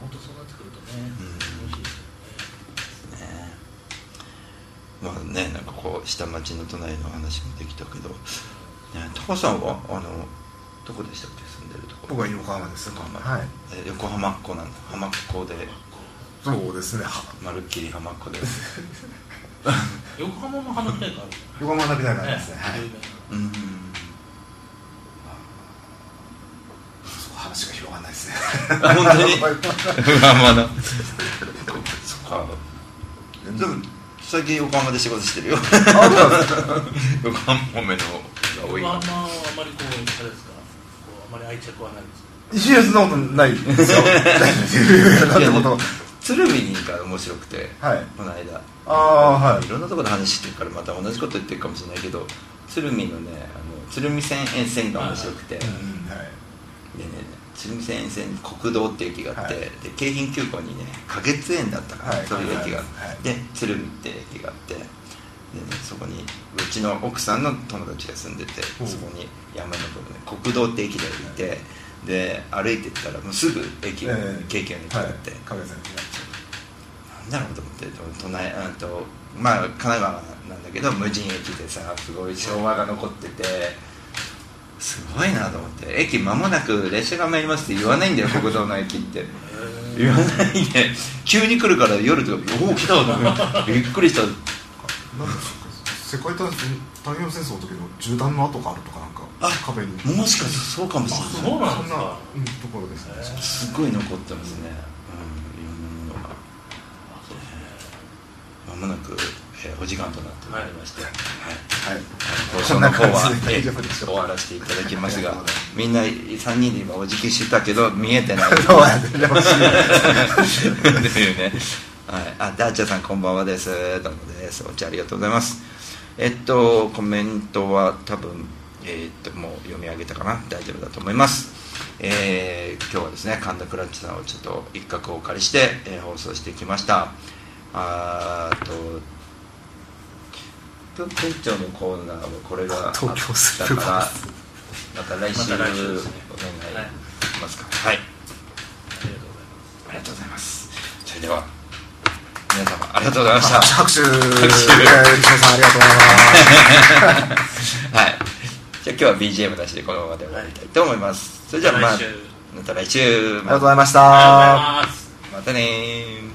本当そうなってくるとね、楽しいですよまあねなんかこう下町の隣の話もできたけど、ね、高さんはあのどこでしたっけ住んでるとこ僕は横浜です横浜、はいえ横浜っ子なんだ浜っ子でそうですねまるっきり浜っ 子で横浜も花火大会ある横浜だけじゃないですねはいうんそう話が広がらないですねあ本当にまあまあなそっかでも最近横浜で仕事してるよ横浜方面の方が多い横浜はあまりこうあれですかこうあまり愛着はないです石井のことないですよなんてこと鶴見が面白くて、はいこの間ああはいいろんなところで話してるからまた同じこと言ってるかもしれないけど鶴見のねあの鶴見線沿線が面白くて、でね鶴見線沿線に国道っていう駅があって、で京浜急行にね花月園だったから、はいそういう駅が、で鶴見って駅があってで、ね、そこにうちの奥さんの友達が住んでてうんそこに山のとこね国道って駅がいて、で歩いてったらもうすぐ駅が、ええ京急に来って、影さんなんだろうと思って都内あとまあ神奈川なんだけど無人駅でさすごい昭和が残っててすごいなと思って駅間もなく列車が参りますって言わないんだよ国道の駅って言わないで急に来るから夜とかおお来たと思ってびっくりした世界大戦太平洋戦争の時の銃弾の跡があるとかなんか壁にもしかしてそうかもしれないそうなんですかそんなうんところですねすごい残ってますね、うん、いろんなものがまもなく、えーお時間となってまいりまして、はい、放送の方は、えー終わらせていただきますが、みんな3人で今お辞儀してたけど見えて ない。どうやってやろうというね。はい、あ、ダーチャさんこんばんはです。どうもです。お茶ありがとうございます。えっとコメントは多分えっともう読み上げたかな。大丈夫だと思います。えー今日はですね神田クラッチさんをちょっと一角お借りして、えー放送してきました。あーっと東京店長のコーナーもこれがあったから東京スーパーまた来週おまた願い来週ですねしますかはいありがとうございますそれでは皆様ありがとうございました拍 手拍いや石野さんありがとうございます はいじゃあ今日は BGM なしでこのままで終わりたいと思いますそれじゃあまあままたた来週来週ありがとうございましたまたねー